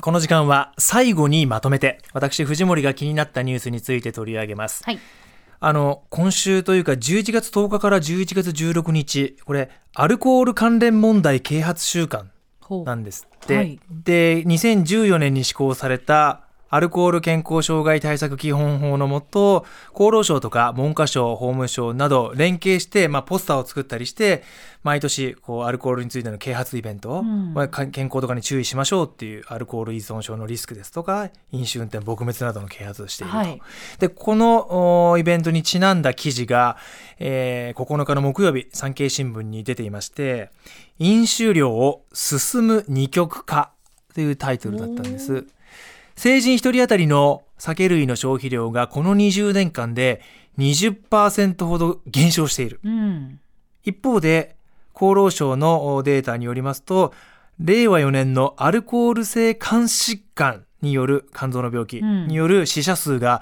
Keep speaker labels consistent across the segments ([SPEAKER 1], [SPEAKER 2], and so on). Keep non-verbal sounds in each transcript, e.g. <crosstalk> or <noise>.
[SPEAKER 1] この時間は最後にまとめて私藤森が気になったニュースについて取り上げます、
[SPEAKER 2] はい。
[SPEAKER 1] あの今週というか11月10日から11月16日これアルコール関連問題啓発週間
[SPEAKER 2] ほ
[SPEAKER 1] なんですって、
[SPEAKER 2] はい
[SPEAKER 1] で2014年に施行されたアルコール健康障害対策基本法のもと厚労省とか文科省法務省など連携して、まあ、ポスターを作ったりして毎年こうアルコールについての啓発イベント、
[SPEAKER 2] ん
[SPEAKER 1] まあか健康とかに注意しましょうっていうアルコール依存症のリスクですとか飲酒運転撲滅などの啓発をしていると、
[SPEAKER 2] はい
[SPEAKER 1] でこのおイベントにちなんだ記事が、えー9日の木曜日産経新聞に出ていまして「飲酒量を進む二極化」というタイトルだったんです成人1人当たりの酒類の消費量がこの20年間で20%ほど減少している
[SPEAKER 2] うん。
[SPEAKER 1] 一方で厚労省のおデータによりますと令和4年のアルコール性肝疾患による肝臓の病気
[SPEAKER 2] うん
[SPEAKER 1] による死者数が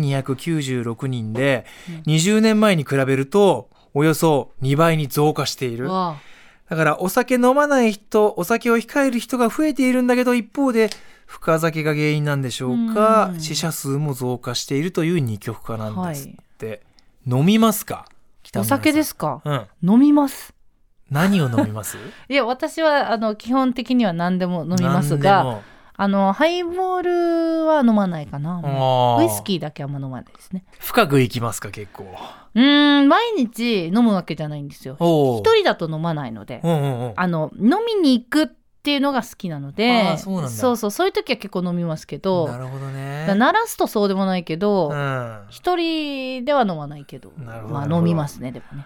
[SPEAKER 1] 6296人で、20年前に比べるとおよそ2倍に増加している
[SPEAKER 2] わ
[SPEAKER 1] だからお酒飲まない人お酒を控える人が増えているんだけど一方で深酒が原因なんでしょうか、
[SPEAKER 2] うん
[SPEAKER 1] 死者数も増加しているという二極化
[SPEAKER 2] あ
[SPEAKER 1] なん
[SPEAKER 2] は
[SPEAKER 1] ですっ
[SPEAKER 2] い。
[SPEAKER 1] て、飲みますか北
[SPEAKER 2] お
[SPEAKER 1] 村さん
[SPEAKER 2] 酒ですか。
[SPEAKER 1] うん
[SPEAKER 2] 飲みます。
[SPEAKER 1] 何を飲みます
[SPEAKER 2] <laughs> いや、私は、あの、基本的には何でも飲みますが、あの、ハイボールは飲まないかな。ウイス
[SPEAKER 1] ー
[SPEAKER 2] キーだけあんま飲まないですね。
[SPEAKER 1] 深くいきますか結構
[SPEAKER 2] うーん、毎日飲むわけじゃないんですよ。
[SPEAKER 1] お
[SPEAKER 2] 一
[SPEAKER 1] 人
[SPEAKER 2] 人だと飲まないので、
[SPEAKER 1] うんうんうん
[SPEAKER 2] あの、飲みに行くっていうのが好きなの
[SPEAKER 1] あー
[SPEAKER 2] で、
[SPEAKER 1] そうなんだ
[SPEAKER 2] そうそう、そういう時は結構飲みますけど、
[SPEAKER 1] なるほどね
[SPEAKER 2] だから鳴らすとそうでもないけど、
[SPEAKER 1] うん
[SPEAKER 2] 一人では飲まないけど、
[SPEAKER 1] なるほど
[SPEAKER 2] ま
[SPEAKER 1] なるほ
[SPEAKER 2] あ
[SPEAKER 1] ど
[SPEAKER 2] 飲みますね、でもね。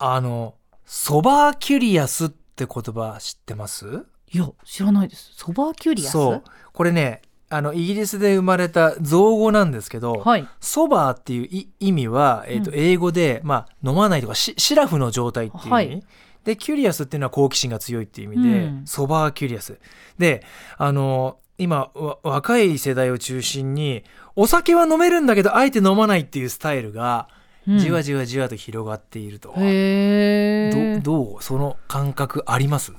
[SPEAKER 1] あのソバーキュリアスって言葉知ってます
[SPEAKER 2] いや、知らないです。ソバーキュリアス
[SPEAKER 1] そうこれねあのイギリスで生まれた造語なんですけど、
[SPEAKER 2] はい。
[SPEAKER 1] ソバーっていうい意味は、えーと
[SPEAKER 2] う
[SPEAKER 1] 英語で、まあ、飲まないとかしシラフの状態っていう意味、
[SPEAKER 2] はい
[SPEAKER 1] でキュリアスっていうのは好奇心が強いっていう意味で、
[SPEAKER 2] うん
[SPEAKER 1] ソバーキュリアスであの今わ若い世代を中心にお酒は飲めるんだけどあえて飲まないっていうスタイルが
[SPEAKER 2] うん
[SPEAKER 1] じわじわじわと広がっていると、
[SPEAKER 2] へー
[SPEAKER 1] どどうその感覚あります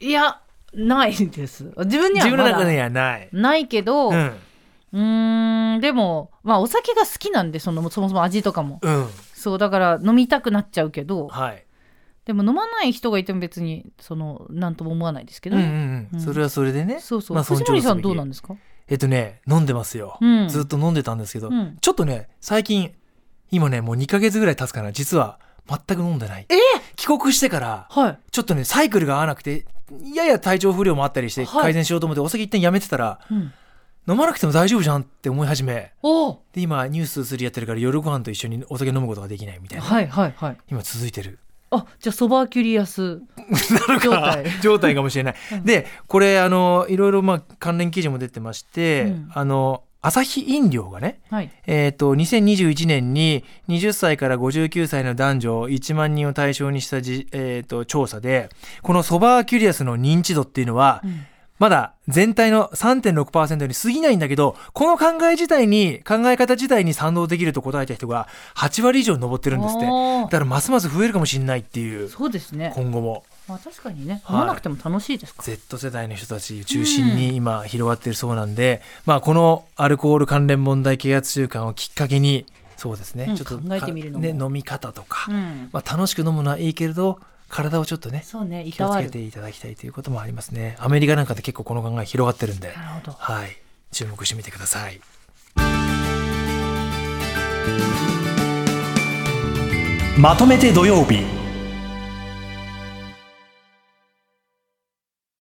[SPEAKER 2] いや、ないです。自分には
[SPEAKER 1] 自分
[SPEAKER 2] ま
[SPEAKER 1] の
[SPEAKER 2] だ
[SPEAKER 1] 中にはない、
[SPEAKER 2] ないけど、う
[SPEAKER 1] う
[SPEAKER 2] ーん、
[SPEAKER 1] ん
[SPEAKER 2] でも、まあお酒が好きなんで、そのそもそも味とかも。
[SPEAKER 1] うん
[SPEAKER 2] そう、だから飲みたくなっちゃうけど、
[SPEAKER 1] はい、
[SPEAKER 2] でも飲まない人がいても別に、その、なんとも思わないですけ
[SPEAKER 1] う
[SPEAKER 2] ど
[SPEAKER 1] んう
[SPEAKER 2] ね。
[SPEAKER 1] んう、
[SPEAKER 2] うんん
[SPEAKER 1] それはそれでね
[SPEAKER 2] そうそう。
[SPEAKER 1] まあ尊
[SPEAKER 2] 藤
[SPEAKER 1] 重
[SPEAKER 2] 森さ
[SPEAKER 1] すべ
[SPEAKER 2] ん
[SPEAKER 1] き
[SPEAKER 2] どうなんですか
[SPEAKER 1] えっとね飲んでますよ、
[SPEAKER 2] うん
[SPEAKER 1] ずっと飲んでたんですけど、
[SPEAKER 2] うん
[SPEAKER 1] ちょっとね最近今ねもう2ヶ月ぐらい経つかな実は全く飲んでない
[SPEAKER 2] え
[SPEAKER 1] 帰国してから
[SPEAKER 2] はい。
[SPEAKER 1] ちょっとねサイクルが合わなくてやや体調不良もあったりして
[SPEAKER 2] はい
[SPEAKER 1] 改善しようと思って、お酒一旦やめてたら
[SPEAKER 2] うん、
[SPEAKER 1] 飲まなくても大丈夫じゃんって思い始め
[SPEAKER 2] おー
[SPEAKER 1] で今ニュース3やってるから夜ご飯と一緒にお酒飲むことができないみたいな、
[SPEAKER 2] はいはいはい。
[SPEAKER 1] 今続いてる <laughs>
[SPEAKER 2] あ、じゃあソバーキュリアス。
[SPEAKER 1] なの
[SPEAKER 2] 状
[SPEAKER 1] か
[SPEAKER 2] 態
[SPEAKER 1] 状態かもしれない、
[SPEAKER 2] うん
[SPEAKER 1] でこれあのいろいろまあ関連記事も出てまして、
[SPEAKER 2] うん
[SPEAKER 1] あの朝日飲料がね、
[SPEAKER 2] はい。
[SPEAKER 1] えー、と2021年に20歳から59歳の男女1万人を対象にしたじ、えー、と調査でこのソバーキュリアスの認知度っていうのは
[SPEAKER 2] うん
[SPEAKER 1] まだ全体の3.6%に過ぎないんだけどこの考え自体に考え方自体に賛同できると答えた人が8割以上上ってるんですって
[SPEAKER 2] あー
[SPEAKER 1] だからますます増えるかもしれないっていう
[SPEAKER 2] そうですね。
[SPEAKER 1] 今後も
[SPEAKER 2] まあ確かにね、
[SPEAKER 1] はい
[SPEAKER 2] 飲まなくても楽しいですから。
[SPEAKER 1] Z 世代の人たち中心に今広がっているそうなんで、まあこのアルコール関連問題啓発週間をきっかけにそうですね、
[SPEAKER 2] うん
[SPEAKER 1] ちょっと
[SPEAKER 2] 考えてみるのも
[SPEAKER 1] ね、飲み方とか、
[SPEAKER 2] うん。
[SPEAKER 1] まあ、楽しく飲むのはいいけれど体をちょっとね
[SPEAKER 2] そうね、い
[SPEAKER 1] 気
[SPEAKER 2] た
[SPEAKER 1] をつ
[SPEAKER 2] わ
[SPEAKER 1] け
[SPEAKER 2] る。
[SPEAKER 1] ていただきたいということもありますねアメリカなんかで結構この考え広がってるんで、
[SPEAKER 2] なるほど。
[SPEAKER 1] はい、注目してみてくださいまとめて土曜日